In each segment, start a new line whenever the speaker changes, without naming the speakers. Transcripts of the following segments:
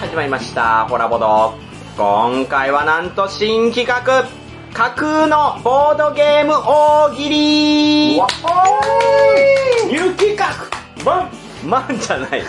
始まりました、ホラボド。今回はなんと新企画、架空のボードゲーム大喜利
わ
お
ニュー企画ワン
マンじゃない。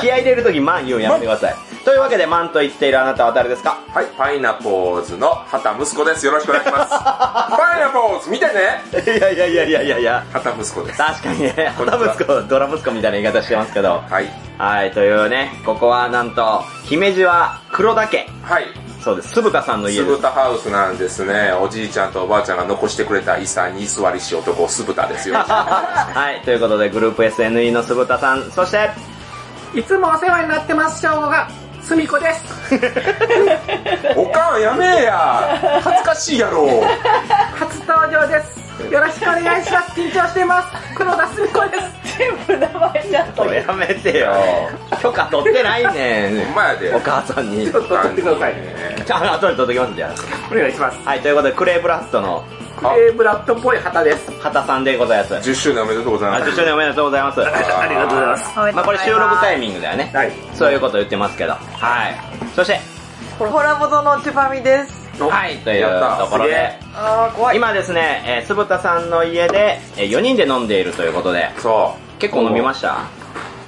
気合い入れるときマン言うのやめてください。 というわけでマンと言っているあなたは誰ですか
はい、パイナポーズの畑息子です。よろしくお願い します。パイナポーズ見てね
いやいやいやいやいやいや。
畑息子です。
確かにね、
こん
ド
にち
ラ
は
息子、ドラ息子みたいな言い方してますけど。
はい。
はい、というね、ここはなんと、姫路は黒田家。
はい。
そうです、鈴田さんの家
酢
です。
豚ハウスなんですね。おじいちゃんとおばあちゃんが残してくれた遺産に居座りし男、酢豚ですよ。
はい、ということでグループ SNE の鈴田さん、そして、
いつもお世話になってます、翔吾が。すみこです。
おかんやめえや恥ずかしいやろ
初登場です。よろしくお願いします。緊張しています。黒田すみこです。
全部名前ちゃんと
やめてよ。許可取ってないね
ほんまやで
お母さんに。
ちょっと取ってくださいね。
ね
じゃあ、後で取ってきます、じゃ
お願いします。
あ。はい、ということで、クレイブラストの
クレーブラッドっぽい旗です。
畑さんでございます。
10周年おめでとうござい
あ、
ます。
10周年おめでとうございます。
ー
ありがとうございます。
まあこれ収録タイミングだよね。
はい。
そういうこと言ってますけど。はい。そして、
ホラボドのチュパミです。
お
はい、という
やった
ところ
す
で
げえ、
あー、怖い。
今ですね、えー、鈴田さんの家で、えー4人で飲んでいるということで、
そう。
結構飲みました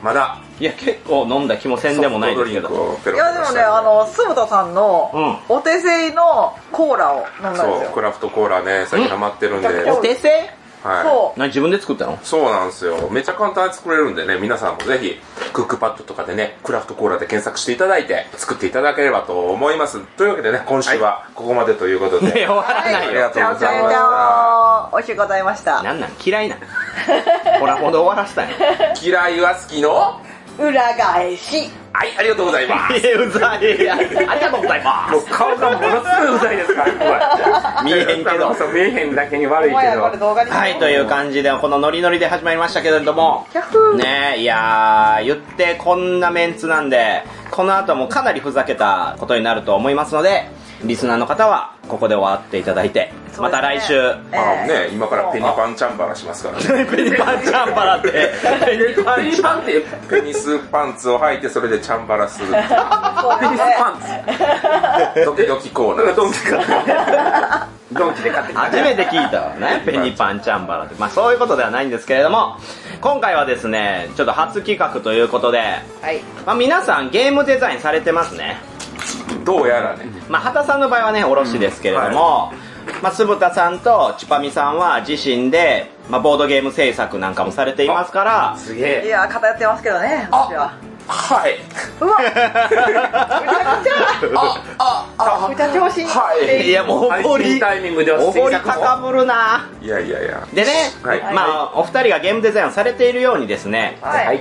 まだ。
いや、結構飲んだ気もせんでもないですけ
ソフトド
ど。
リンクをペロペ
い
ロ
や、でもね、あの、酢豚さんの、
う
お手製のコーラを飲んだんで
そ
す
う、
よ。
クラフトコーラね、最近ハマってるんで。
うん
お手製
はい。
そう。
何自分で作ったの
そうなんですよ。めっちゃ簡単に作れるんでね、皆さんもぜひ、クックパッドとかでね、クラフトコーラで検索していただいて、作っていただければと思います。というわけでね、今週はここまでということで。
ね終わら
あ
ない
り
よ。
がとうご
じ
ざい
ゃ
ま
じ
し
ゃーん。美味しゅうございました。
なんなん嫌いなん。ほらほど終わらせたんや。
た。嫌いは好きのは
裏返し。
い、ありがとうございます。
えうざい。ありがとうございま
もう顔がものすごいうざいですから、
す。見えへんけど。
見えへんだけに
お
悪
前や、これ動画に。
はい、という感じで、このノリノリで始まりましたけれども、
キャフー。
ねえ、いやー、言ってこんなメンツなんで、この後もかなりふざけたことになると思いますので、リスナーの方は、ここで終わっていただいて、
そうですね
また来週、
あね、今からペニ
ン。
パンチャンバラしますからね。
ペニパンチャンバラって、 ペニパンチャン
ンってペニスパンツを履いてそれでチャンバラするっていう
そうですね
ドキドキコーナードキ
ドンキで買ってきた。
初めて聞いたわね、ペニパンチャンバラって。まあそういうことではないんですけれども、今回はですね、ちょっと初企画ということで、
はい。
まあ皆さんゲームデザインされてますね。
どうやらね
まあ畑さんの場合はね、卸ですけれども、まあ鈴田さんとチュパミさんは自身で、まあボードゲーム制作なんかもされていますから、
すげえ
いやー、偏ってますけどね、私は。
はいう
わ、めちゃくち
ああ
ゃ、めちゃ調子に乗って
は い
いやもうおごり、
イミングで
おごり高ぶるない
やいやいや
でね、
はい
まあお二人がゲームデザインをされているようにですね、
は
はいい。。
はい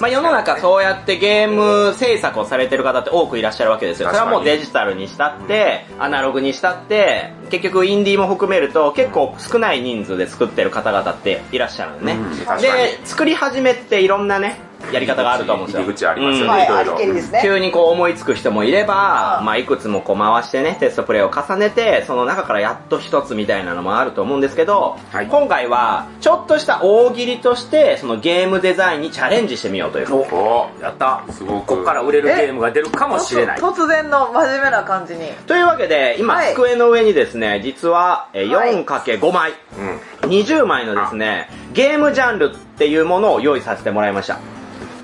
まあ、世の中そうやってゲーム制作をされてる方って多くいらっしゃるわけですよ。それ
確か
は
に
もうデジタルにしたって、アナログにしたって、結局インディーも含めると結構少ない人数で作ってる方々っていらっしゃるのね
うん確。かに
で、作り始めっていろんなね、やり方があると思うんですよ。
入り口ありますよね
うん
はい、
いろ
あ
いろ
りけりですね。
急にこう思いつく人もいれば、
うん
まあいくつもこう回してね、テストプレイを重ねて、その中からやっと一つみたいなのもあると思うんですけど、
はい
今回は、ちょっとした大喜利として、そのゲームデザインにチャレンジしてみようという。
おお
やった。
すごく
こっから売れるゲームが出るかもしれない。
突然の真面目な感じに。
というわけで、今、
はい
机の上にですね、実は、えー
はい
4×5 枚、
うん
20枚のですね、ゲームジャンルっていうものを用意させてもらいました。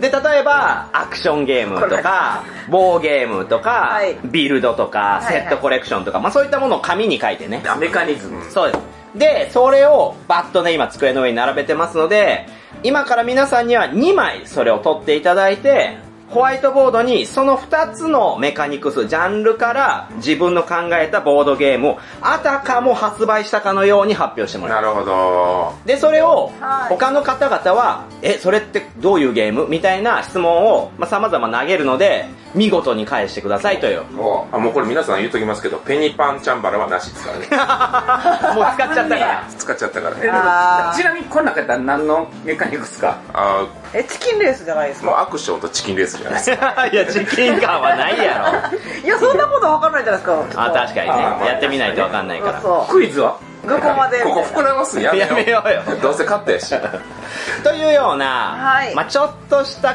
で、例えば、アクションゲームとか、棒ゲームとか、
はい
ビルドとか、
はいはい
セットコレクションとか、まあそういったものを紙に書いてね。
メカニズム。
そうです。で、それをバッとね、今机の上に並べてますので、今から皆さんには2枚それを取っていただいて、ホワイトボードにその2つのメカニクス、ジャンルから自分の考えたボードゲームをあたかも発売したかのように発表してもら
な
う。
るほど
で、それを
はい
他の方々は、え、それってどういうゲームみたいな質問を、まあ、様々投げるので、見事に返してください という。もう
おあもうこれ皆さん言っときますけどペニパンチャンバラはなしですからね
使っちゃったから。
使っちゃったからね
あー
ちなみにこの中で何のメカニクスか
あ
え、チキンレースじゃないです
ーもう
か。
アクションとチキンレースじゃないですか
いや、チキン感はないやろ。
いや、そんなことわかんないじゃないですか。
あ、確かにね
あー。
やってみないとわかんないから。
そう
クイズは
そう。どこまでみ
ここ
たい
膨らますのやめよう
やめようよ
どうせ勝ったやし
というような、
はい
まあちょっとした試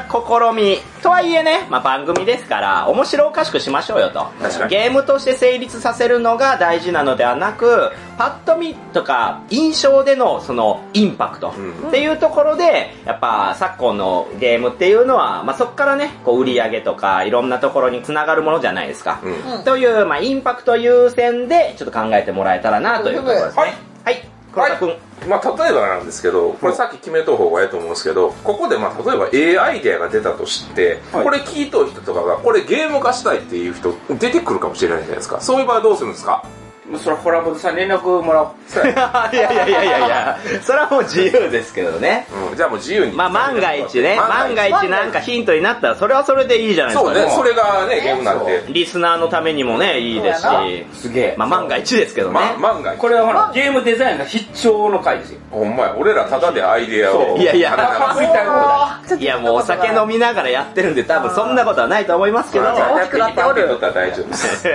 み、とはいえね、まあ番組ですから、面白おかしくしましょうよと
確か。に
ゲームとして成立させるのが大事なのではなく、パッと見とか印象でのそのインパクト、
うん
っていうところで、やっぱ昨今のゲームっていうのは、まあそこからね、こう売り上げとかいろんなところにつながるものじゃないですか。
うん
うん
という、まあインパクト優先で、ちょっと考えてもらえたらなというところです。
はい
はい、黒田くん。
まあ、例えばなんですけど、これさっき決めた方がいいと思うんですけど、ここでまあ、例えば A アイデアが出たとして、
はい
これ聞いとる人とかが、これゲーム化したいっていう人出てくるかもしれないじゃないですか。そういう場合どうするんですか
もうそれコラボでさん連絡もらおう
いやいやいやいやいや、それはもう自由ですけどね。
うん、じゃあもう自由に。
まあ万が一ね、万が一なんかヒントになったらそれはそれでいいじゃないですか。
そうね、
も
それがね、ゲームなんで。
リスナーのためにもね、いいですし
そうや、
すげえ。
まあ万が一ですけどね。
ま、万が一。
これはほら、ゲームデザインの必聴の回ですよ。
ほんまや、俺らただでアイデア
そ
を。
う
いやいや
ただなら
みたいなことだ。
ちょっ
い
と
やもうお酒飲みながらやってるんで多分そんなことはないと思いますけど。
まあ
大きくなっておる
大きくなったら大丈夫です。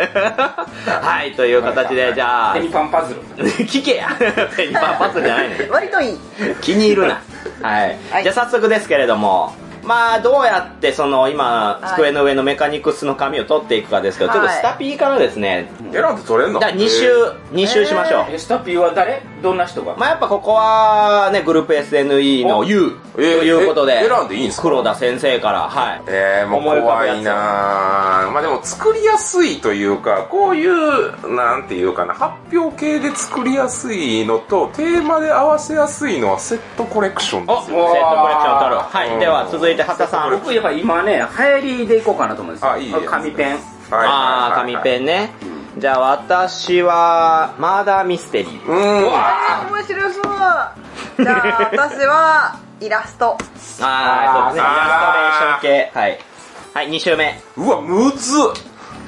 はい、という形でじゃあ
ペ、ニパンパズル。
聞けや ペンパンパスじゃないのよ
割といい。
気に入るな。はい。
はい
じゃあ早速ですけれども、まあどうやってその今、
はい
机の上のメカニクスの紙を取っていくかですけど、ちょっと
はい
スタピーからですね、
選んで取れんの
じゃあ2周、2周しましょう。
えスタピーは誰どんな人が
まあやっぱここはね、グループ SNE の U と
えー
いうことで、
え選んでいいんすか
黒田先生から、はい。
えー、もう
思い浮かぶ
怖
やつ
いなぁまあでも作りやすいというか、こういう、なんていうかな、発表系で作りやすいのと、テーマで合わせやすいのはセットコレクションです
セッ
よ
トコ
ね。
レクション取る。は
う
い。
ん
では続いて畑さん。
僕やっぱ今ね、流行りでいこうかなと思うんですよ。
あいいですね
紙ペン。
はい
ああ、紙ペンね。じゃあ私は、マーダーミステリー。
ン。うん。
あー面白そう。じゃあ、私は、イラスト。
ああ、そうですね。イラ
あ
ス
ー
トレーション系。はい。はい、2周目。
うわ、むずっ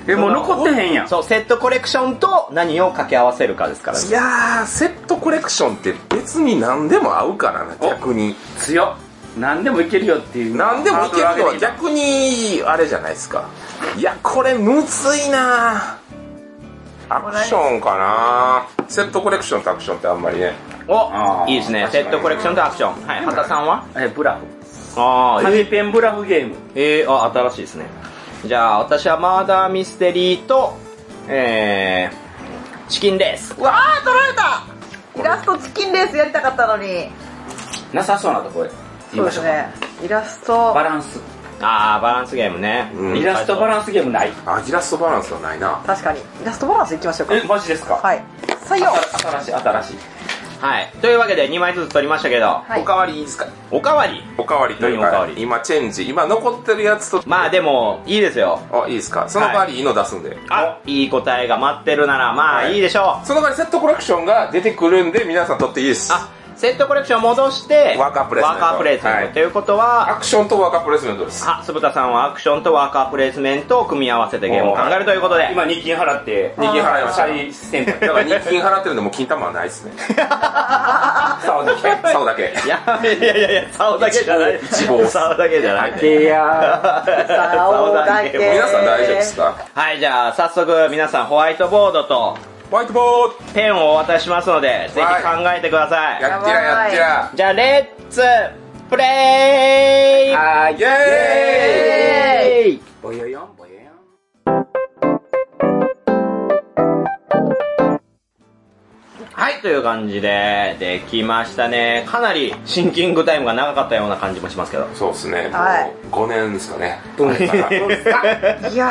え、もう残ってへんやん。
そう、セットコレクションと何を掛け合わせるかですから
い
ね。
やー、セットコレクションって別に何でも合うからな、逆に。
強っ。何でもいけるよっていう。
何でもいける
ハード
の
ル上
は
げていい
逆に、あれじゃないですか。いや、これむずいなぁアクションかなぁセットコレクションとアクションってあんまりね。
あ
お
ー
いいですね。
確か
セ
に
ットコレクションとアクション。はい、畑さんは
え、ブラフ。
あ
紙ペンブラフゲーム。
えー、あ、新しいですね。じゃあ、私はマーダーミステリーと、えー、チキンレース。
わー、取られたイラストチキンレースやりたかったのに。
なさそうなとこへ。言
そ
いうま
で
しょ
す
うか。
ね。イラスト。
バランス。
あー、バランスゲームね。
うん
イラストバランスゲームない。
あ、イラストバランスはないな。
確かに。イラストバランスいきましょうか。
え、マジですか
はい。採用
新しい、新しい。
はい。というわけで、2枚ずつ取りましたけど、
はい
おかわりいいですか
おかわり。
おかわりという
何おかわ
か、
り
今チェンジ、今残ってるやつと、
まあでも、いいですよ。
あ、いいですかその代わりいいの出すんで。
あ、いい答えが待ってるなら、まあ
はい
いいでしょう。
その代わりセットコレクションが出てくるんで、皆さん取っていいです。
あ、セットコレクション戻して、
ワーカープレイスメント
ワーカープレイスメント
はい
ということ
ア
は、
クションとワーカープレイスメントです。
あ、鈴田さんはアクションとワーカープレイスメントを組み合わせてゲームを考えるということで。
今、2金払って、
二金払いました
再選択。
だから日金払ってるんで、もう金玉はない ですね。竿だけ。竿だけ。
いや、いやいやいや、竿だけじゃない。
一望
竿だけじゃない。
でや
竿だけ
皆さん大丈夫ですか
はい、じゃあ、早速、皆さん、ホワイトボードと
ホワイトボー
ペンをお渡ししますので、ぜひ考えてくださ
ド
い。
やっちらやっちら
じゃあ、レッツ、プレイ
は
イエーイ
イエーイ
ぼよよん、ぼよよん。
はい、という感じで、できましたね。かなり、シンキングタイムが長かったような感じもしますけど。
そうですね。もう
はい
5年ですかね。
いや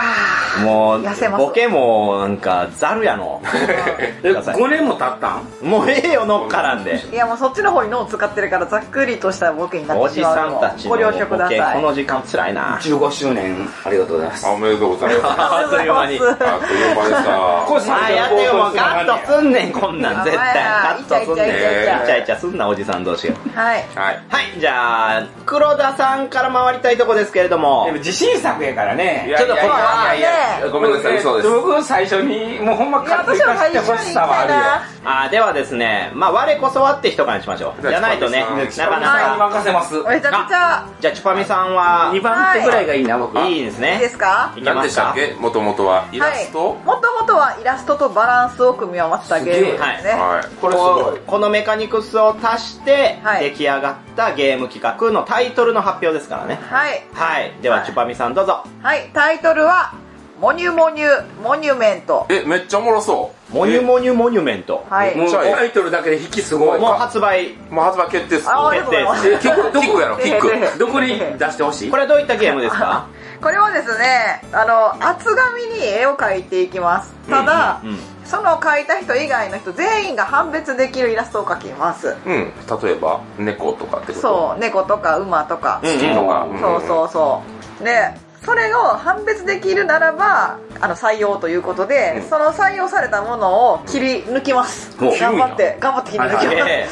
もう
痩せ、ます
ボケも、なんか、ザルやの。
え、5年も経ったん
もうええよ、乗っからんで。
ー。いやもうそっちの方に脳を使ってるからざっくりとしたボケになっ
お
て
じ
しまう
さ
の
んたちのボ
ご了承くだ
ケ、
さ
こ
い。
の時間辛いな。
?15 周年、ありがとうございます。
おめでとうございます。
あっという間に。
あっという間でした。
こうし
まあやってよもうカットすんねんこんなん絶対カットすんねん
イチ
ャイチ
イチャ
ャイチャ
イチャすんなおじさん同士が
はい。
はい。
はいじゃあ黒田さんから回りたいとこですけれども
でも自信作やからね。
ちょっとここはい
やいやいやごめんなさい、嘘です。
僕最初に、もうほんま
いや
軽く
私は最
して
初
ほ
に
し
言い
さは
たい
あ
な。
あーではですねまあ我こそはって一かにしましょうじ
じゃあ
ゃないとね
チュ
な
パミさ
か
るよ。
なか
任せます。
めちゃくちゃ
じゃあチュパミさんは
2番手ぐらいがいいな、僕。
いいです
いいで
ね
すか
いき
何
ま
ですした
か
っけもともとは。イラスト
はい、もともとはイラストとバランスを組み合わせたゲームです
すげ
ね。
え
はい。
これすごい。
このメカニクスを足して
はい
出来上がったゲーム企画のタイトルの発表ですからね。
はい。
はい。では、チュパミさんどうぞ。
はい、タイトルは、モニュモニュ、モニュメント。
え、めっちゃおもろそう。
モニュモニュモニュメント。
はい。
もうタイトルだけで引きすごい。
もう発売。
もう発売決定っす。
あ、ありがとうございます。
えキック、ど
キック
こ
やろ、キッ
えええ
ク。
どこに出してほしい
これはどういったゲームですか
これはですね、あの、厚紙に絵を描いていきます。ただ、
うんうん
その描いた人以外の人全員が判別できるイラストを描きます。
うん。例えば、猫とかってこと
そう、猫とか馬とか。
うん
好きとか。
そうそうそう。で、それを判別できるならば、あの、採用ということで、その採用されたものを切り抜きます。
お
頑張って、頑張って切り抜き ます。
え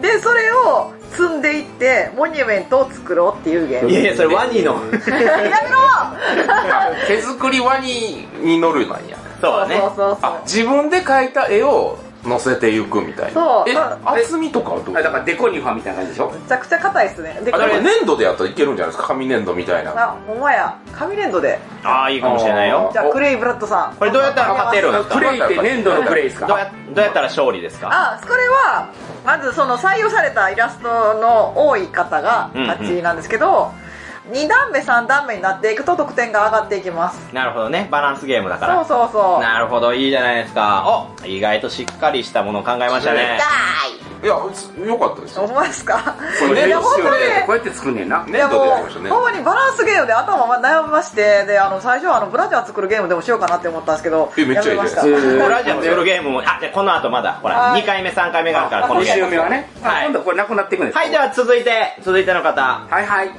でそれを積んでいってモニュメントを作ろうっていうゲー
え
ム
いや
や
いや、 それワニの。
めろ
あ手作りワニに乗るなんや。
そうだね。
そうそうそう
あ、自分で描いた絵を載せていくみたいな。
そう
え、厚みとかはどう
あだからデコニファみたいな感じでしょ
めちゃくちゃ硬いっすねでこ
あ、でも
れ
粘土でやったらいけるんじゃないですか紙粘土みたいな。
あほんまや紙粘土で
ああ、いいかもしれないよ
じ。ゃあクレイブラッドさん
これどうやったら勝てるんですか
クレイって粘土のクレイです
どう
か
やどうやったら勝利ですか
あそれはまずその採用されたイラストの多い方が
うんうん
勝ちなんですけど、2段目3段目になっていくと得点が上がっていきます
なるほどね。バランスゲームだか
そう
ら。
そうそう
なるほど、いいじゃないですか。お意外としっかりしたものを考えましたね。
いや、よかったです
思
よ。
いますか
これ
い
練
や
習
本当に
でこうやって作んねんな。
い
粘
や
土
もう
でやりましたね。
ほんまにバランスゲームで頭が悩みましてであの最初はあのブラジャー作るゲームでもしようかなって思ったんですけど
えめっちゃいい
やめました
ねうん
ラジオの夜ゲームも、あ、じゃあこの後まだ、ほら、
はい
2回目、3回目があるから、この
お
ゲ
し
ーム。
みはね。
はい
今度これなくなっていくんです
はい、では続いて、続いての方。
はいはい。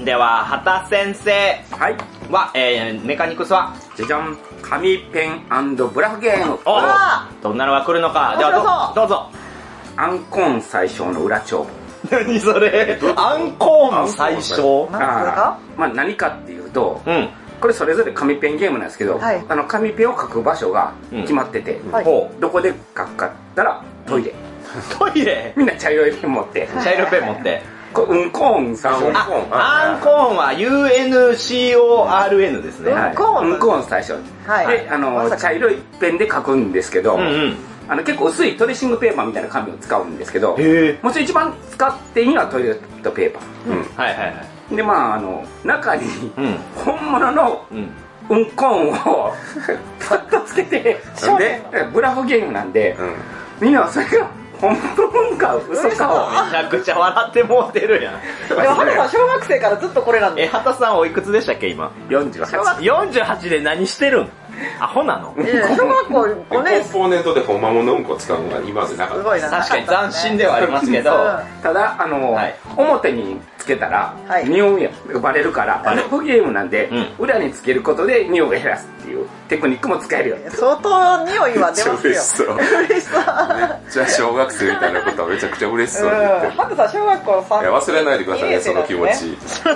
おでは、畑先生
はい。
は、えー、メカニクスは、
じゃじゃん。紙ペンブラフゲーム。
お
あ
どんなのが来るのか。で
面白
は
そう
ど、どうぞ。
アンコン最小の裏帳簿。
何それアンコーン最初
なんかそれ
あ
か
ーまあ何かっていうと、
うん。
これそれぞれ紙ペンゲームなんですけど、
はい
あの紙ペンを書く場所が
うん
決まってて、
はい
ほう。
どこで書くかったらトイレ。
トイレ
みんな茶色いペン持って、
茶色いペン持って。
こううんこーん最初。
あ
アンコー、ン
アンコーンは UNCORN ですね。
は
はいい。
うんこーん
うんこーん最初。
はい
で、あ
ま
の、
さか
茶色いペンで書くんですけど、
うんうん。
あの結構薄いトレーシングペーパーみたいな紙を使うんですけど、
へえ。
もちろん一番使っていいのはトイレットペーパ
うん。
はいはいはい。
ー。で、まああの、中に、
うん
本物の
うん。
うんこーんを パッとつけて、
少
で
年、
ブラフゲームなんで、
うん。
みんなはそれが本物か嘘かを。
めちゃくちゃ笑ってもうてるやん。
でもハルさん小学生からずっとこれなん
え、
で
畑さんおいくつでしたっけ、今。
48。
48で何してるんアホなの
いや小学校5
コン
年生
ポーネントでこう魔物のうんこを使うのが今までなか
す
った。
ごいな
確かに斬新で
は
はありますけど、
ただ、あの、
はい
表につけたら、
はい
匂いが生まれるから、
れる
ブラフゲームなんで、
う
裏につけることで匂いを減らすっていうテクニックも使えるよ。
相当匂いは 出ますよ
嬉し そう
嬉しそう
じゃあ小学生みたいなことはめちゃくちゃ嬉しそうに言って
うん
る。
ハルさん小学校3
いや、忘れないでくださいね、その気持ち。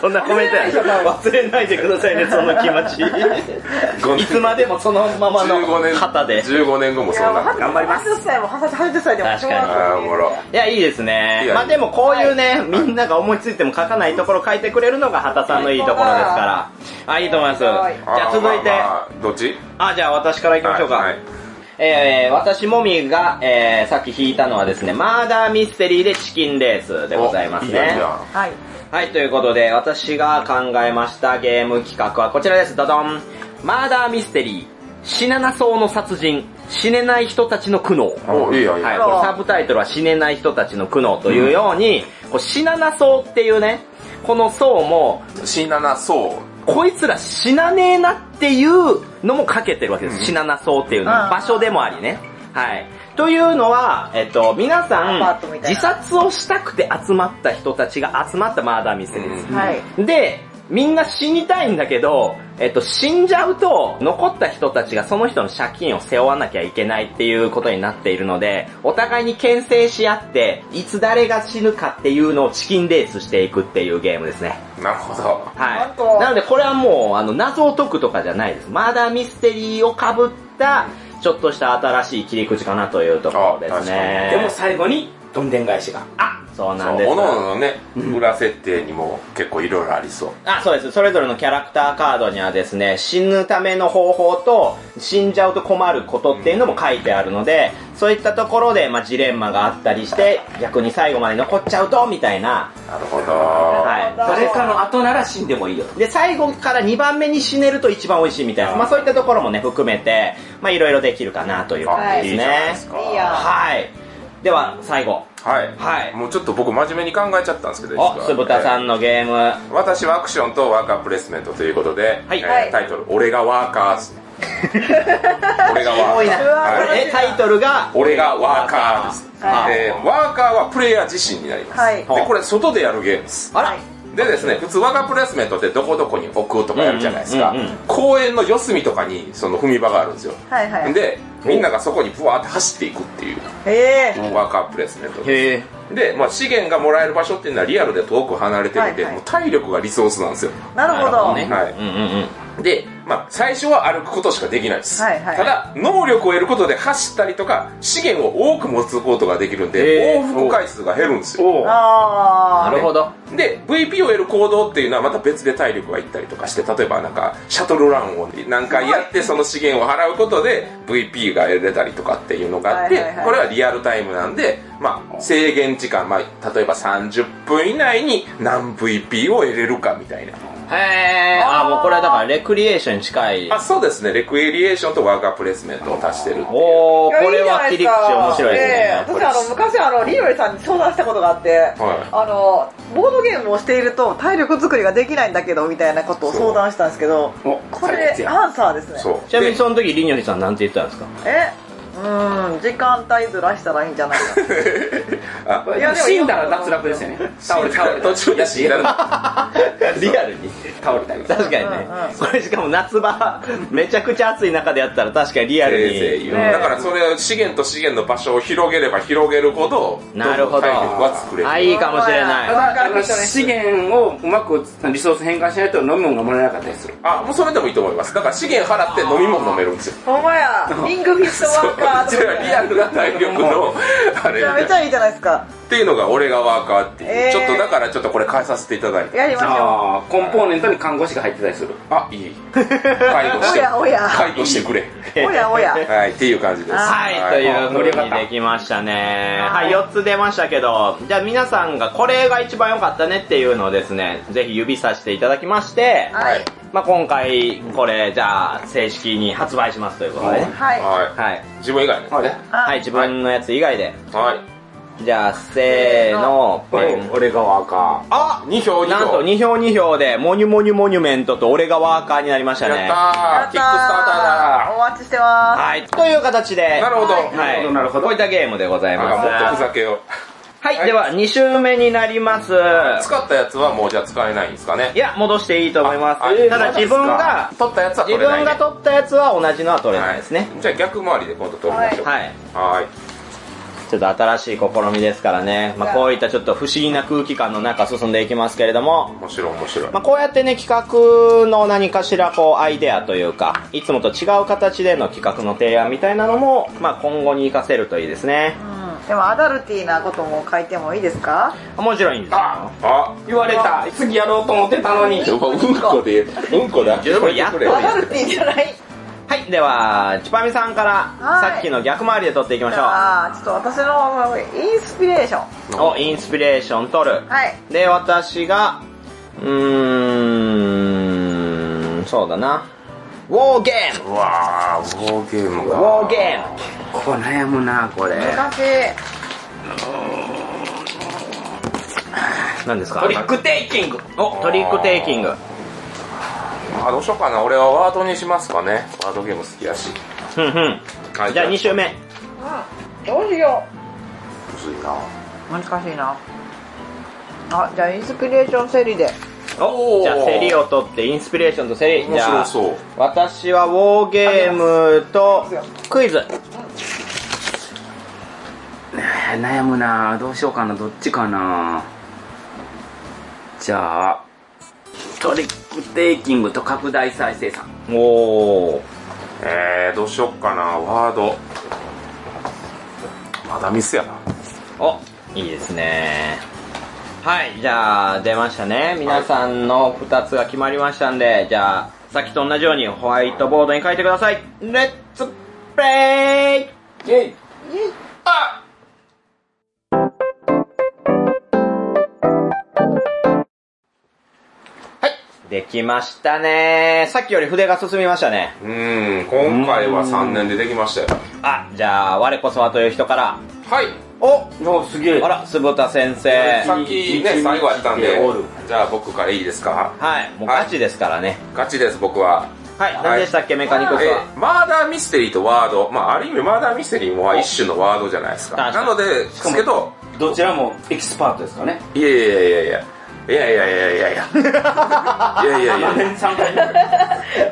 どんなコメントや忘れないでくださいね、その気持ち。いつまでもそのまま
15
の
年、
旗で。
15年後も
い
そん
やもう
な
ハ
ん
ル
だ。
さ
頑
ん
張ります
80歳も80歳でも小
確かに
学
ああ、おもろ。
いや、いいです
い
ね。
や
まあでもこういうね、みんなが思いついても書かないところ書いてくれるのが畑さんのいいところですから。あ、いいと思います。じ
はい
ゃあ続いて、
まあまあどっち
あ、じゃあ私から行きましょうか。
はいはい
えー、私もみが、えー、さっき引いたのはですね、マーダーミステリーでチキンレースでございます
おいい
ね。
じゃん
はい
はい、ということで、私が考えましたゲーム企画はこちらです。ドドン。マーダーミステリー。死ななそうの殺人。死ねない人たちの苦悩。
おいいよ、いいよ。
はい、
あら
これサブタイトルは死ねない人たちの苦悩というように、こう死ななそうっていうね、この層も、
死ななそ
こいつら死なねえなっていうのもかけてるわけです。死ななそうっていうの
う
は
ん
場所でもありね。はい。というのは、えっと、皆
アパ
さ
ートみ
ん、
たい
自
な
殺をしたくて集まった人たちが集まったマーダーミステリーです。
はい
で、みんな死にたいんだけど、えっと、死んじゃうと、残った人たちがその人の借金を背負わなきゃいけないっていうことになっているので、お互いに牽制し合って、いつ誰が死ぬかっていうのをチキンレースしていくっていうゲームですね。
う。なるほど。
なんと
はい。なのでこれはもう、あの、謎を解くとかじゃないです。マーダーミステリーを被った、ちょっとした新しい切り口かなというところです
あ確か
ね。
でも最後に、どんでん返しが。
あ、そう
そ
なん
う
です
各々のね裏設定にも結構いろいろありそう
あ、そうです。それぞれのキャラクターカードにはですね、死ぬための方法と、死んじゃうと困ることっていうのも書いてあるので、そういったところで、まあ、ジレンマがあったりして、逆に最後まで残っちゃうと、みたいな。
なるほど
は
誰かの後なら死んでもいいよ
い。で、最後から2番目に死ねると一番美味しいみたいな。まあ、そういったところもね、含めて、まあ、いろいろできるかなという感じですね。
あいいじゃないですか
いいや
はい。では、最後。
はい、
はい
もうちょっと僕真面目に考えちゃったんですけどいい
お、
ですか
酢豚さんのゲーム。
私はアクションとワーカープレイスメントということで、
はい
えー
はい
タイトル「俺がワーカ ーズ」俺がワ
多い
ー
な
カ
うわ
ー、はい、
え、タイトルが、
俺がワーカーです、
はい
えーワーカーはプレイヤー自身になります、
はい
でこれ外でやるゲームです
あら、
でですね普通ワーカープレイスメントってどこどこに置くとかやるじゃないですか、
うんうんうんうん
公園の四隅とかにその踏み場があるんですよ、
はいはい
でみんながそこにブワーって走っていくっていう
ええ
ワーカープレイスメントです
へえ。
で、まあ、資源がもらえる場所っていうのはリアルで遠く離れてるんで、
はいはい
もう体力がリソースなんですよ
なるほど
ね。
はい
うんうんうん。
で、まあ、最初は歩くことしかできないです、
はいはい
ただ能力を得ることで走ったりとか資源を多く持つことができるんで、
へー
往復回数が減るんですよ
おな
あ
るほど。
で VP を得る行動っていうのはまた別で体力がいったりとかして例えばなんかシャトルランを何回やってその資源を払うことで VP が得れたりとかっていうのがあって、
はいはいはい
これはリアルタイムなんで、まあ、制限時間、まあ、例えば30分以内に何 VP を得れるかみたいな
へえ。あー、もうこれはだからレクリエーションに近い。
あそうですねレクエリエーションとワーカープレイスメントを足してるっていう
お
あ
おこれは切り口面白いです
ええ
ね。
私あの昔あのリオリさんに相談したことがあって、あのボードゲームをしていると体力作りができないんだけどみたいなことを相談したんですけど
お
これアンサーですね
そう
ちなみに
で
その時、りにょりさんなんて言ったんですか
えうーん時間帯ずらしたらいいんじゃないか
あ
いやでも
死んだら脱落ですよね倒れ倒れ
途中で死んだら
リアルに。
倒れたり
確かに
うんう
ね
ん。
これしかも夏場、めちゃくちゃ暑い中でやったら確かにリアル
せいぜい
に。
言うだからそれを資源と資源の場所を広げれば広げるほど
なるほど。
体力は作れる
あ、いいかもしれ
た
な
わ
い。
だ
か
あ
る
の資源をうまくリソース変換しないと飲み物がもらえなかったりする
あもうそれでもいいと思いますだから資源払って飲み物飲めるんですよ
ほんま やリングフィットワーカーと
そ
か
れはリアルな体力のあれ
めちゃめちゃいいじゃないですか
っていうのが俺がワーカーっていう、
えー
ちょっとだからちょっとこれ変えさせていただいて
やりましょ
ああコンポーネントに看護師が入ってたりする
あいい介護し
お
て
やおや
介護してくれ
うおやおや
はいっていう感じです
はい、という風にできましたね。
は
はいい、4つ出ましたけど、じゃあ皆さんがこれが一番良かったねっていうのをですね、ぜひ指さしていただきまして、
はい
まあ今回、これ、じゃあ、正式に発売しますということでね。
はい
は
はい。
い自分以外ですね
は、
はい
自分のやつ以外で。
はい
じゃあ、せーの、
これ俺がワーカ
あ
2票2票
なんと2票2票で、モニュモニュモニュメントと俺がワーカーになりました
やったー
ね。
やったー
キックスターター
お待ちしてま
はい、という形で、
だなるほど、
はい
は
なるほ
い、
どなるほど
こういったゲームでござい
なん
ます。
かもっとふざけよう
はい、では2周目になります。
使ったやつはもうじゃあ使えないんですかね
いや、戻していいと思います。
ああ
ただ自分が、
取ったやつは
自
取れない、
分
ね、
が取ったやつは同じのは取れないですね。
はいじゃあ逆回りで今度取りましょう
はいい。
はーい
ちょっと新しい試みですからね。まあこういったちょっと不思議な空気感の中進んでいきますけれども、
面白い面白い
まあ、こうやってね、企画の何かしらこうアイデアというか、いつもと違う形での企画の提案みたいなのも、まあ、今後に活かせるといいですね。
す、うん、でもアダルティーなことも書いてもいいですか
面白いんですよ。
あ
あ
言われた次やろうと思ってたのに
うわうんこでうんこだ
十分やっとる
アダルティーじゃない
はい、では、ちぱみさんから、
はい
さっきの逆回りで撮っていきま
じ
しょ
ゃあちょっと私のインスピレーション
う。お、インスピレーション撮る。
はい
で、私が、うーん、そうだな。ウォーゲーム
うわーウォーゲーム
ウ
が
ォーゲーム
これ悩むなこれ
難しい
何ですか
トリックテイキング
お、トリックテイキング。
あどうしようかな俺はワードにしますかねワードゲーム好きやし
ふんふん。
はい
じゃあ2周目。
うんどうしよ
むずいな
う難しいなあじゃあインスピレーションセリで
お
おー
じゃあセリを取ってインスピレーションとセリ
面白そう
じゃあ私はウォーゲームとクイズ
悩むなどうしようかなどっちかなじゃあトリックテイキングと拡大再生産
おー
えー、どうしよっかなワードまだミスやな
おいいですねはいじゃあ出ましたね皆さんの2つが決まりましたんでじゃあさっきと同じようにホワイトボードに書いてくださいレッツプレイ
イェイあ
できましたねさっきより筆が進みましたね
うーん、今回は3年でできましたよ。
あじゃあ我こそはという人から
はい。
お
おすげえ
あら坪田先生
さっきね、最後やったんで
おる、
じゃあ僕からいいですか
はいもうガチですからね
ガチです、僕は。
はい、何でしたっけメカニクス
え
は
ーマーダーミステリーとワード、まあ、ある意味マーダーミステリーも一種のワードじゃないですか。
確か
な
に
ので、ですけど、
どちらもエキスパートですかね
いやいやいやいや。いやいやいや いやいやいやいやいや
3回目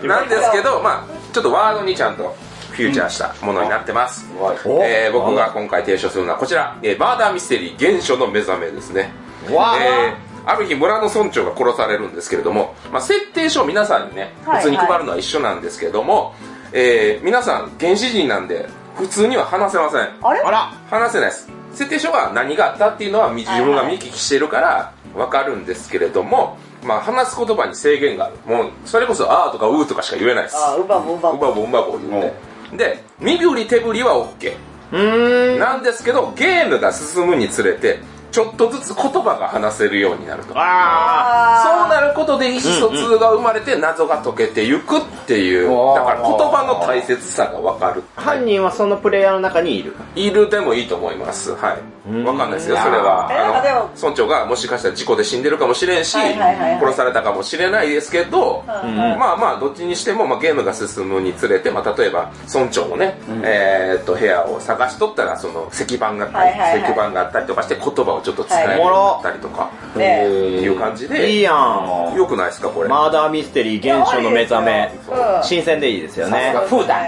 なんですけど、まあちょっとワードにちゃんとフューチャーしたものになってます、
お
えー僕が今回提唱するのはこちら、えーバーダーミステリー原初の目覚めですね
わあ
えーある日村の村長が殺されるんですけれども、まあ、設定書を皆さんにね
はい
普通に配るのは一緒なんですけれども、えー皆さん原始人なんで普通には話せません
あれ
あら
話せないです設定書は何があったっていうのはみ自分が見聞きしてるから分かるんですけれども、まあ、話す言葉に制限があるもうそれこそ「あ」とか「う」とかしか言えないです
あーうばぼうば
うばぼうまぼう言ってで身振り手振りは OK
うーん
なんですけどゲームが進むにつれてちょっとずつ言葉が話せるようになると
あ
そうな
あ
ることで意思疎通が生まれて謎が解けてゆくっていう、
うん
だから言葉の大切さが分かる
あ犯人はそのプレイヤーの中にいる
いるでもいいと思います。はい。
うん
わかんないですよ、それは。
えなんかでも
あの、村長がもしかしたら事故で死んでるかもしれんし、
はいはいはいはい
殺されたかもしれないですけど、
ー
ん
まあまあ、どっちにしても、まあ、ゲームが進むにつれて、まあ、例えば、村長のね、えーっと、部屋を探しとったら、その、石板があったり、
はいはいはい
石板があったりとかして、言葉をちょっと使えるようになったりとか、
うんね
っていう感じで、
いいやん
よくないですか、これ。
マーダーミステリー原初の目覚め
うん
新鮮でいいですよね
さすがフーダン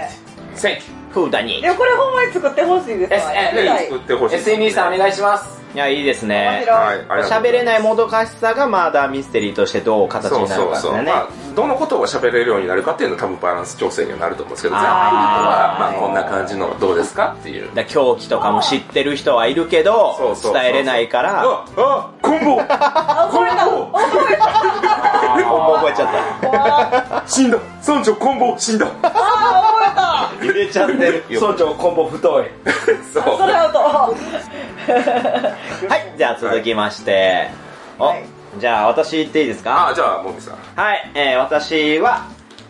センキュ
フーダニ
でもこれほんまに作ってほしいですわ
SN
ー。ぜ
は
ひ
い
作ってほしい。
SNE さんお願いします
いやいいですね
面白い
はい、ありがとうございます
喋れないもどかしさがマーダーミステリーとしてどう形
そ
に
う
なる
そ
か
う
です
そう、
よね
まあ、どのことを喋れるようになるかっていうのは多分バランス調整にはなると思うんですけどざっくりとは
あー
まあ、こんな感じのがどうですかっていう
だから狂気とかも知ってる人はいるけ
そ
ど
うそうそう
伝えれないから
ああコンボ
あこれだ
コンボ
覚え
もう覚えちゃった
死んだ村長コンボ死んだ
あ
た入れちゃってる
村長コンボ太い
そう
ー覚えたそれだと
はいじゃあ続きましてお
はい
じゃあ私言っていいですか
ああじゃあもみさん
はい、えー私は、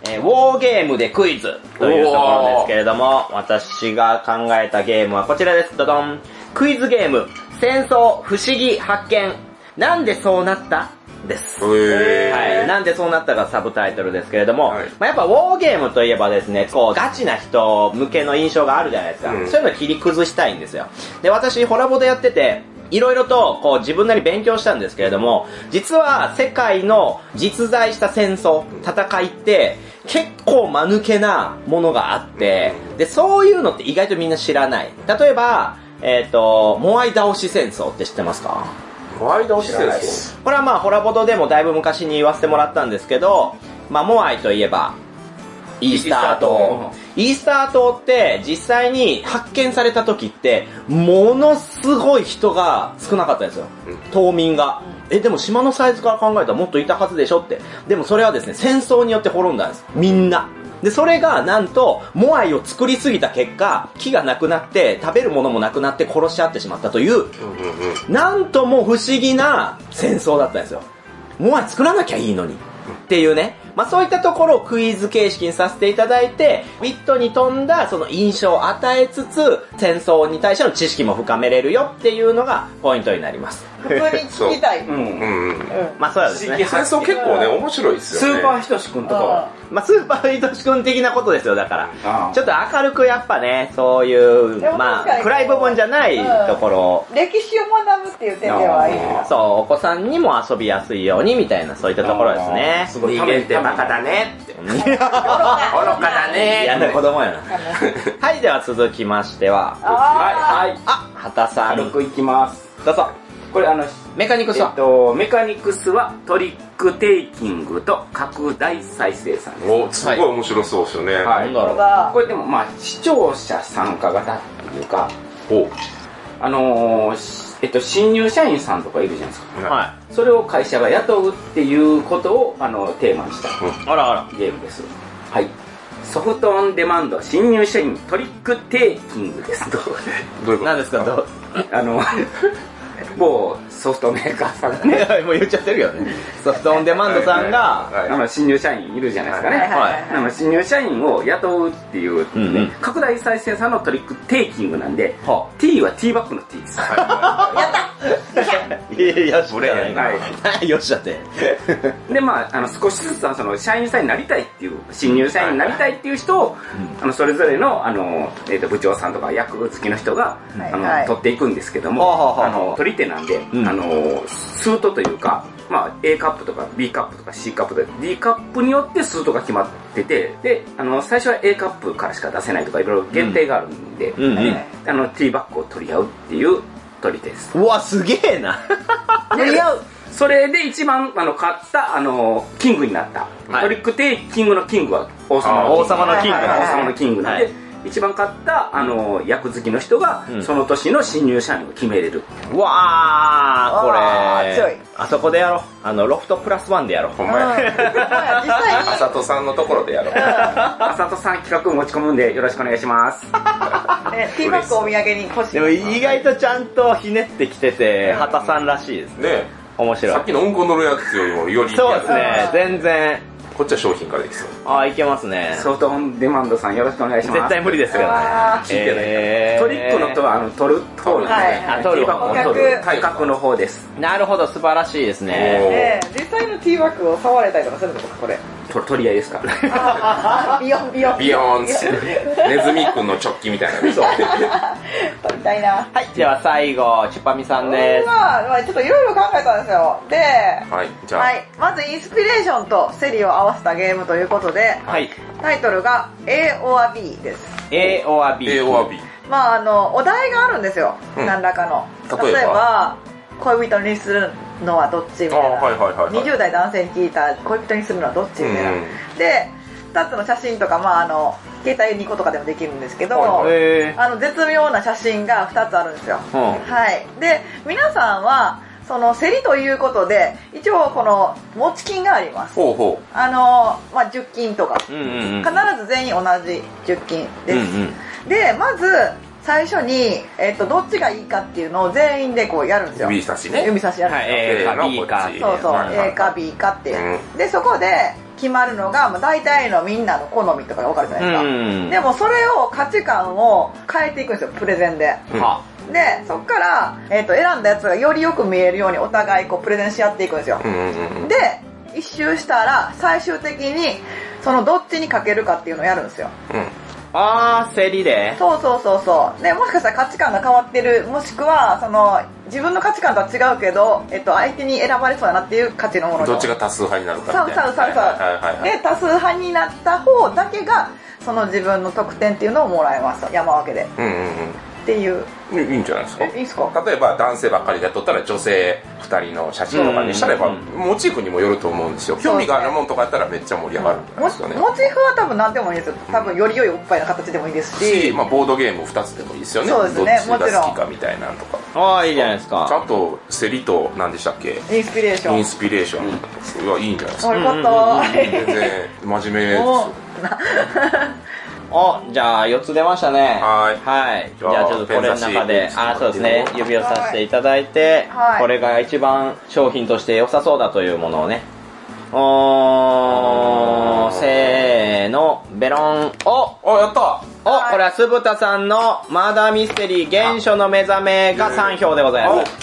えーウォーゲームでクイズというところですけれども、私が考えたゲームはこちらです。どどん。クイズゲーム、戦争不思議発見。なんでそうなったです。はい、
へ
なんでそうなったがサブタイトルですけれども、
はい
まあ、やっぱウォーゲームといえばですね、こう、ガチな人向けの印象があるじゃないですか。
うん
そういうのを切り崩したいんですよ。で、私、ホラボでやってて、いろいろと、こう、自分なり勉強したんですけれども、実は、世界の実在した戦争、戦いって、結構間抜けなものがあって、で、そういうのって意外とみんな知らない。例えば、えっ、と、モアイ倒し戦争って知ってますか
ワイドしてるん
ない
で
ですす
これはまあ、ホラボドでもだいぶ昔に言わせてもらったんですけど、まあ、モアイといえば、イースター島。イースター島って実際に発見された時って、ものすごい人が少なかったんですよ
うん。
島民が。え、でも島のサイズから考えたらもっといたはずでしょって。でもそれはですね、戦争によって滅んだんです。みんな。で、それがなんと、モアイを作りすぎた結果、木がなくなって、食べるものもなくなって殺し合ってしまったという
うんうんうん
なんとも不思議な戦争だったんですよ。もはや作らなきゃいいのに。っていうね。まあそういったところをクイズ形式にさせていただいて、ウィットに富んだその印象を与えつつ、戦争に対しての知識も深めれるよっていうのがポイントになります。
普通に聞きたい、
う
う
ん
ん
うんうん
まあそうですね。
戦争結構ね面白いです
ス
よね
ーパーひとし君とかは
まあスーパーイトシ君的なことですよ、だから。
ああ
ちょっと明るくやっぱね、そういう
で、も
ま
確か
あ
に
暗い部分じゃないところを
歴史を学ぶっていう点ではいいな
そう、お子さんにも遊びやすいようにみたいな、そういったところです
あ
ね
ー。すごい
人間ってバカだねって
愚かだ ね嫌な子供やな。はい、では続きましては、
あ
はいはい
あ、畑さん。
軽
どう
くいきます
ぞ。
これあの
メカニクス
えっ
は、
と、メカニクスはトリックテイキングと拡大再生産です。
おすごい面白そうですよね、
は
なんだ
あ
ろ。
そうだ
これでもまあ視聴者参加型っていうか、
お
あのーしえっと、新入社員さんとかいるじゃないですか。
は
それを会社が雇うっていうことをあのテーマにした
い。あらあら。
ゲームです。はい。ソフトオンデマンド新入社員トリックテイキングです。
どういうこと
何ですかどう
あの、 某ソフトメーカーさんがね、
もう言っちゃってるけどね。ソフトオンデマンドさんが、
あの新入社員いるじゃないですかね。
はいはい
あの新入社員を雇うっていう、ね
うんうん
拡大再生産のトリックテイキングなんで、
は
T は T バックの T です。
いやいや、それや
はい
い。よっしゃって。
でまあ、あの少しずつその社員さんになりたいっていう新入社員になりたいっていう人を、あのそれぞれのあの、えー、と部長さんとか役付きの人が、
はい
あの
はい
取っていくんですけども、
はあはあはあ
あの取り手なんで、
うん
あのスートというか、まあ、A カップとか B カップとか C カップとか D カップによってスートが決まっててであの最初は A カップからしか出せないとかいろいろ限定があるんで、
うんうん。
あの T バックを取り合うっていう取り手です。
うわ、すげえな。
でそれで一番あの買ったあのキングになった、
はい
トリックテイキングのキングは王様
あ
の
王様のキング
はいはいはい王様のキングなんで、
はい
一番買ったあの役付きの人が、
うん
その年の新入社員を決めれる
うわ
わ
ー、
ー
こ
強
れ
い。
あそこでやろう。あの、ロフトプラスワンでやろう。
ほん
うん
ま
ま
や。
あ実際に
あさとさんのところでやろう。
あさとさん企画持ち込むんでよろしくお願いします
ね、ティーバッグお土産に欲しい。
でも意外とちゃんとひねってきてて、畑さんらしいですね。
ね
面白
さ
い
っ。きのうんこ乗るやつよりもより。
そうですね、全然。
こっちは商品化できそう。
あー、いけますね。
ソフトオンデマンドさんよろしくお願いします
絶対無理ですけどね
あ。
ー聞いてない
えー
トリックのとはあの取る取るの
はい
あ取る
ティーバックを取る
捕獲
捕獲の方です
なるほど、素晴らしいですね。
ね、実際のティーバッグを触れたりとかするのか、これ。
取取り合いですから
ビヨンビヨン。
ビヨーンって。ネズミくんの直ョッキみたいなね。
撮りたいな。
はい、では最後、チュパミさんで
これはまあ、ちょっといろいろ考えたんですよ。で、
はい、じゃあ。
はい、まずインスピレーションとセリを合わせたゲームということで、
す。はい。
タイトルが A or B です。
A or B。
A or B。
まああのお題があるんですよ、
うん
何らかの
例えば
恋人にするのはどっちみたいな、
あはいはいはいはい
20代男性に聞いた恋人にするのはどっちみたいな、
うん
で2つの写真とか、まあ、あの携帯2個とかでもできるんですけど、
はいはい
え
あの絶妙な写真が2つあるんですよ、
ー。うん。
はいで皆さんはその競りということで一応この持ち金があります
ほうほ
あの、まあ、10金とか、
うんうんうん。
必ず全員同じ10金で
う
す、
んうん
でまず最初に、えっとどっちがいいかっていうのを全員でこうやるんです
う。
よ
指差しね。
指差しやるん
は
で
い、A か B か。
すよ、そうそう、
はいはいはい
A か B かっていう、でそこで決まるのが、まあ、大体のみんなの好みとかが分かるじゃないですか、
うん
でもそれを価値観を変えていくんですよプレゼンで
うん
は。
でそこから、えっと選んだやつがよりよく見えるようにお互いこうプレゼンし合っていくんですよ、
うんうんうんうん。
で一周したら最終的にそのどっちにかけるかっていうのをやるんですよ
あー、競りで。
そうそうそうそう。ね、もしかしたら価値観が変わってる、もしくは、その、自分の価値観とは違うけど、えっと、相手に選ばれそうだなっていう価値のも
うん。
の
どっちが多数派になるか
さう
みたい
さ
なはい
うさうさ
は
う。
いはい
で、多数派になった方だけが、その自分の得点っていうのをもらえます。山分けで。
うん
っていう。
うんうん。いいいんじゃないですか。
え、いいっすか
例えば男性ばっかりだとったら女性2人の写真とかにしたらやっぱ
うん
モチーフにもよると思うんですよ興味があるもんとかやったらめっちゃ盛り上がるんじゃない
も
です
し
か
モチ
ね
ーフは多分何でもいいですよ。多分、より良いおっぱいの形でもいいです
し、
し。
まあ、ボードゲーム2つでもいいですよね
そうですね
どっち
もち
が
ろん
好きかみたいなのとか
あー、いいじゃないです
ちゃ
か。
んと競りと何でしたっけ
インスピレーショ
イ
ン
ン。スピレーションそれはいいんじゃないですか
そういうこ
全
と。
然真面目です
もうな
お、じゃあ4つ出ましたね。
はい
はい。じ
じゃあ
ゃあちょっとこれの中で
ペン、差し
あー、そうですね。指をさしていただいて、
はい
これが一番商品として良さそうだというものをね。おー、せーの、ベロン。お
あやった
お、
はい
これは酢豚さんのマーダーミステリー原初の目覚めが3票でござい
おお
ま
お
す。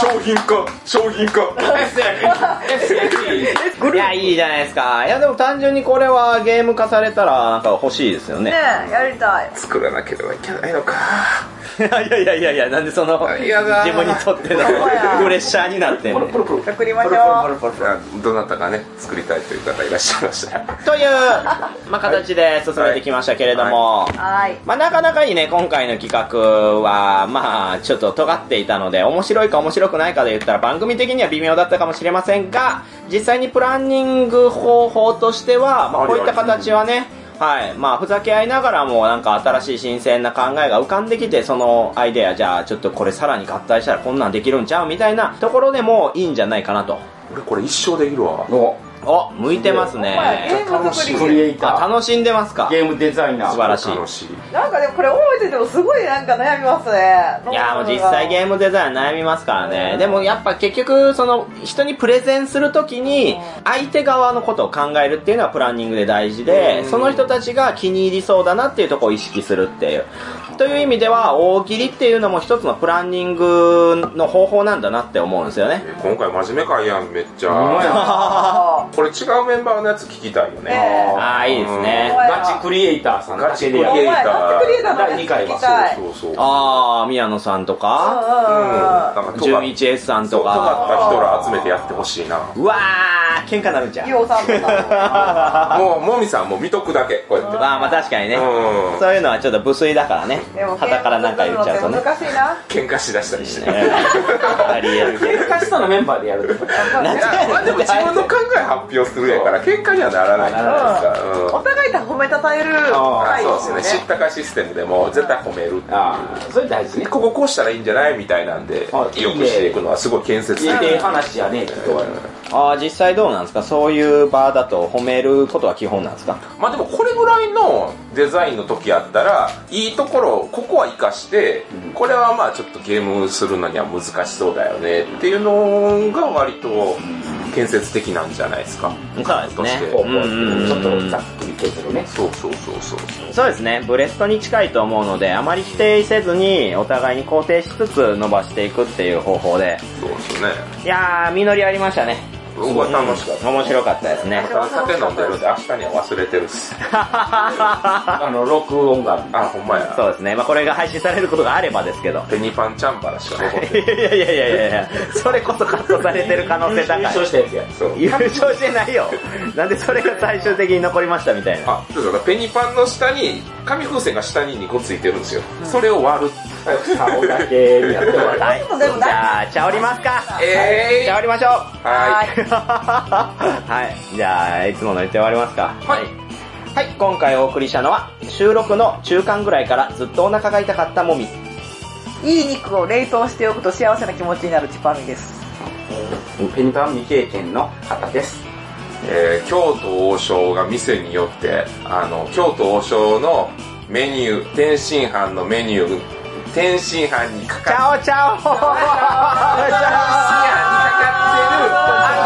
商品化商品化
いや、いいじゃないですか。いや、でも単純にこれはゲーム化されたらなんか欲しいですよ
ね
ね。
やりたい。
作らなければいけないのか
いやいやいやいや、なんでその、
やだー
自分にとってのプレッシャーになってんの
作りましょう。
あどなたかね作りたいという方いらっしゃいましたら
という、まあ、形で進めてきましたけれども、
はい。
まあ、なかなかにね、今回の企画は、まあ、ちょっと尖っていたので、面白いか面白くないかで言ったら番組的には微妙だったかもしれませんが、実際にプランニング方法としては、まあ、こういった形はね、はい。まあ、ふざけ合いながらも、なんか新しい新鮮な考えが浮かんできて、そのアイデア、じゃあ、ちょっとこれさらに合体したらこんなんできるんちゃうみたいなところでもいいんじゃないかなと。
俺これ一生できるわ。
お
お、向いてます
お前
ね。
ゲーム作
ク
り
リエイ
あ
タ
楽しんでますか
ーゲームデザイナー
素晴らしい。
楽しい。
なんかでもこれ覚えててもすごいなんか悩みますね
いやーもう実際ゲームデザインは悩みますからね。でもやっぱ結局、その人にプレゼンするときに
うん、
相手側のことを考えるっていうのはプランニングで大事で、その人たちが気に入りそうだなっていうところを意識するっていう。という意味では、大喜利っていうのも一つのプランニングの方法なんだなって思うんですよね。
え今回真面目かいやん、めっち
ほんま
ゃ。
や
あ
これ違うメンバーのやつ聞きたいよ
え
ね。
え
あー、いいです
ほん
ね
ま。や
ガチクリエイターさんだけで
お
や
ガチリ
る
前
エイター
ガチクリエイターの
第二回は
聞きたい
そうそうそう。
あー、宮野さんと
うん
か、
うん。なんか尖っ
11S さん
そう
と
尖
か、
った人ら集めてやってほしいな。
うわー、喧嘩なるんじゃん。
うんうん伊予さんとか
もう、もみさんもう見とくだけ、こうやって。
まあまあ確かにね。
うん。
そういうのはちょっと無粋だからね。
でも
旗からなんか言っちゃうとね。
難しいな
喧嘩しだしたりして。
ねありえる。
喧嘩しそうなメンバーでやると
いやまあでも自分の考え発表するやから喧嘩にはならないじゃないですか。
お
うん
互いで褒めたたえる
あ
会
そう
ですよ
で
ね
すね。知ったかシステムでも絶対褒める。
ああそれ大事ね
こここうしたらいいんじゃないみたいなんで、
あ
良くしていくのはすごい建設
い
的。
ええ話やねきっと
ああ、実際どうなんですかそういう場だと褒めることは基本なんですか
まあでもこれぐらいのデザインの時やったら、いいところを、ここは活かして、これはまあちょっとゲームするのには難しそうだよねっていうのが割と建設的なんじゃないです
そ
か。
うですね
感
方
覚とし
法
うん
て
うんうん
ちょっとざっくり系するね
そうそうそうそう。
そうですね。ブレストに近いと思うので、あまり否定せずに、お互いに肯定しつつ伸ばしていくっていう方法で。
そうですね。
いやー、実りありましたね。
僕は楽しかった。
面白かったです ね。
ただ酒飲んでるんで明日には忘れてるっす。
あの録音がある
あ、ほんまや。
そうですね。まあこれが配信されることがあればですけど。
ペニパンチャンバラしか残って
いやいやいやいやいやそれこそカットされてる可能性高
優
い。
勝したやつや
そう。
優勝してないよ。なんでそれが最終的に残りましたみたいな。
あ、そうですペニパンの下に、紙風船が下に2個ついてるんですよ。それを割る。
顔だけやって終わり
はい。
でもでも
じゃあ、ちゃおりますか。
え
ちゃおりましょう。
ー、は。
はい
はい。じゃあ、いつもの言って終わりますか。
はい。
はい、今回お送りしたのは、収録の中間ぐらいからずっとお腹が痛かったもみ。
いい肉を冷凍しておくと幸せな気持ちになるチパミです
ペニパン未経験の方です
えー、京都王将が店によって、あの、京都王将のメニュー、天津飯のメニュー、天津飯にか
ち
かっ
ゃおちゃお
天津飯にかかってる、